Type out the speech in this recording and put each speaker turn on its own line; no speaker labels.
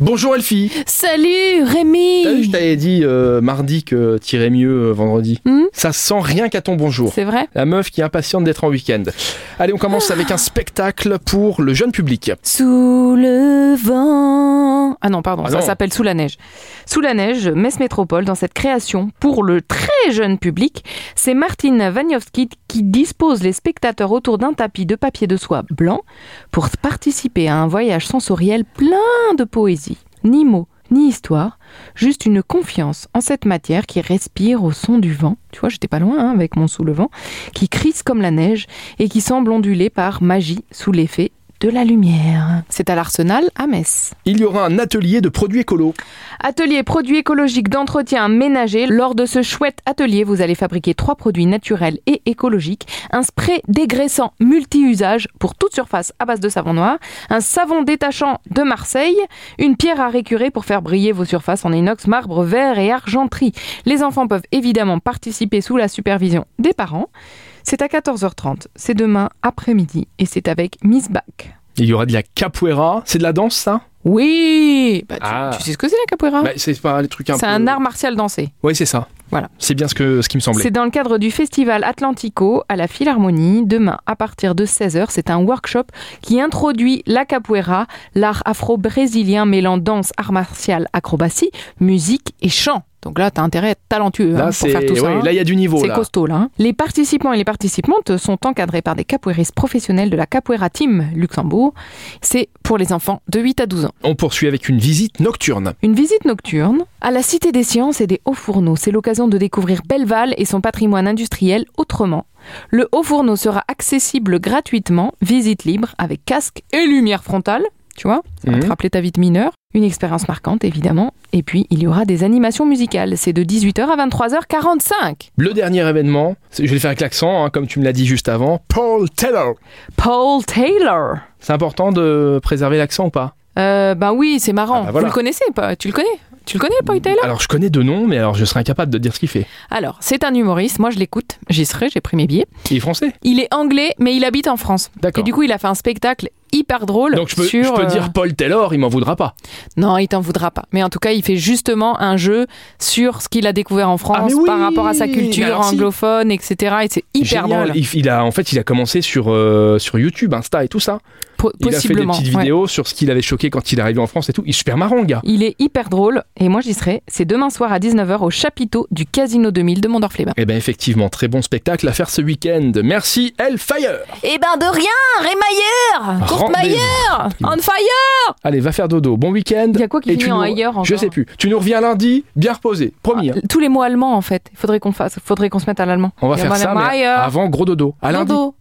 Bonjour Elfie
Salut Rémi
T'as vu, je t'avais dit euh, mardi que t'irais mieux euh, vendredi.
Hmm
Ça sent rien qu'à ton bonjour.
C'est vrai
La meuf qui est impatiente d'être en week-end. Allez, on commence avec un spectacle pour le jeune public.
Sous le vent. Ah non, pardon,
Ah
ça
non.
s'appelle Sous la neige. Sous la neige, Metz Métropole, dans cette création pour le très jeune public, c'est Martine Waniowski qui dispose les spectateurs autour d'un tapis de papier de soie blanc pour participer à un voyage sensoriel plein de poésie. Ni mots, ni histoire, juste une confiance en cette matière qui respire au son du vent. Tu vois, j'étais pas loin hein, avec mon sous le vent, qui crisse comme la neige et qui semble onduler par magie sous l'effet de la lumière. C'est à l'Arsenal à Metz.
Il y aura un atelier de produits écolos.
Atelier produits écologiques d'entretien ménager. Lors de ce chouette atelier, vous allez fabriquer trois produits naturels et écologiques. Un spray dégraissant multi-usage pour toute surface à base de savon noir. Un savon détachant de Marseille. Une pierre à récurer pour faire briller vos surfaces en inox, marbre, verre et argenterie. Les enfants peuvent évidemment participer sous la supervision des parents. C'est à 14h30. C'est demain après-midi et c'est avec Miss Bach.
Il y aura de la capoeira. C'est de la danse, ça
Oui Bah, tu,
Ah.
tu sais ce que c'est la capoeira
Bah, C'est pas les trucs un
C'est
peu-
un art martial dansé.
Oui, c'est ça.
Voilà.
C'est bien ce, que, ce qui me semblait.
C'est dans le cadre du festival Atlantico à la Philharmonie. Demain, à partir de 16h, c'est un workshop qui introduit la capoeira, l'art afro-brésilien mêlant danse, art martial, acrobatie, musique et chant. Donc là, t'as intérêt à être talentueux hein,
Là,
pour
c'est.
faire tout ça.
ouais,
hein.
là, il y a du niveau.
C'est
là.
costaud là. hein. Les participants et les participantes sont encadrés par des capoeiristes professionnels de la Capoeira Team Luxembourg. C'est pour les enfants de 8 à 12 ans.
On poursuit avec une visite nocturne.
Une visite nocturne à la Cité des Sciences et des Hauts Fourneaux. C'est l'occasion de découvrir Belleval et son patrimoine industriel autrement. Le Haut Fourneau sera accessible gratuitement, visite libre, avec casque et lumière frontale. Tu vois, ça va te
Mhm.
rappeler ta vie de mineur. Une expérience marquante, évidemment. Et puis, il y aura des animations musicales. C'est de 18h à 23h45.
Le dernier événement, c'est- je vais le faire avec l'accent, hein, comme tu me l'as dit juste avant. Paul Taylor.
Paul Taylor.
C'est important de préserver l'accent ou pas
Euh, ben oui, c'est marrant.
Ah bah voilà.
Vous le connaissez pas Tu le connais Tu le connais, Paul Taylor
Alors, je connais deux noms, mais alors je serais incapable de dire ce qu'il fait.
Alors, c'est un humoriste. Moi, je l'écoute. J'y serai, j'ai pris mes billets.
Il est français
Il est anglais, mais il habite en France. Et
D'accord.
du coup, il a fait un spectacle hyper drôle
Donc je peux,
sur.
je peux
euh,
dire Paul Taylor, il m'en voudra pas.
Non, il t'en voudra pas. Mais en tout cas, il fait justement un jeu sur ce qu'il a découvert en
Ah,
France
mais oui
par rapport à sa
Mais
culture
alors, si.
anglophone, etc. Et c'est hyper
Génial.
drôle.
Il, il a en fait il a commencé sur euh, sur YouTube, Insta et tout ça.
Po-
Il a fait des
possiblement.
petites
ouais.
vidéos sur ce qu'il avait choqué quand il est arrivé en France et tout. Il est super marrant le gars.
Il est hyper drôle. Et moi, j'y serai. C'est demain soir à 19h au chapiteau du Casino 2000 de Mondorf-les-Bains.
Eh ben effectivement, très bon spectacle à faire ce week-end. Merci Hellfire.
Eh ben, de rien Rémailleur
Rendez-vous.
Courtemayeur On fire
Allez, va faire dodo. Bon week-end.
Il y a quoi qui
Et tu
finit en
nous-
ailleurs encore Ah,
Je sais plus. Tu nous reviens lundi, bien reposé, promis. hein.
Tous les mots allemands, en fait. Il faudrait qu'on fasse... faudrait qu'on se mette à l'allemand.
On va
Ja,
faire ça, mais
Mayer.
avant gros dodo. À lundi.
Dodo.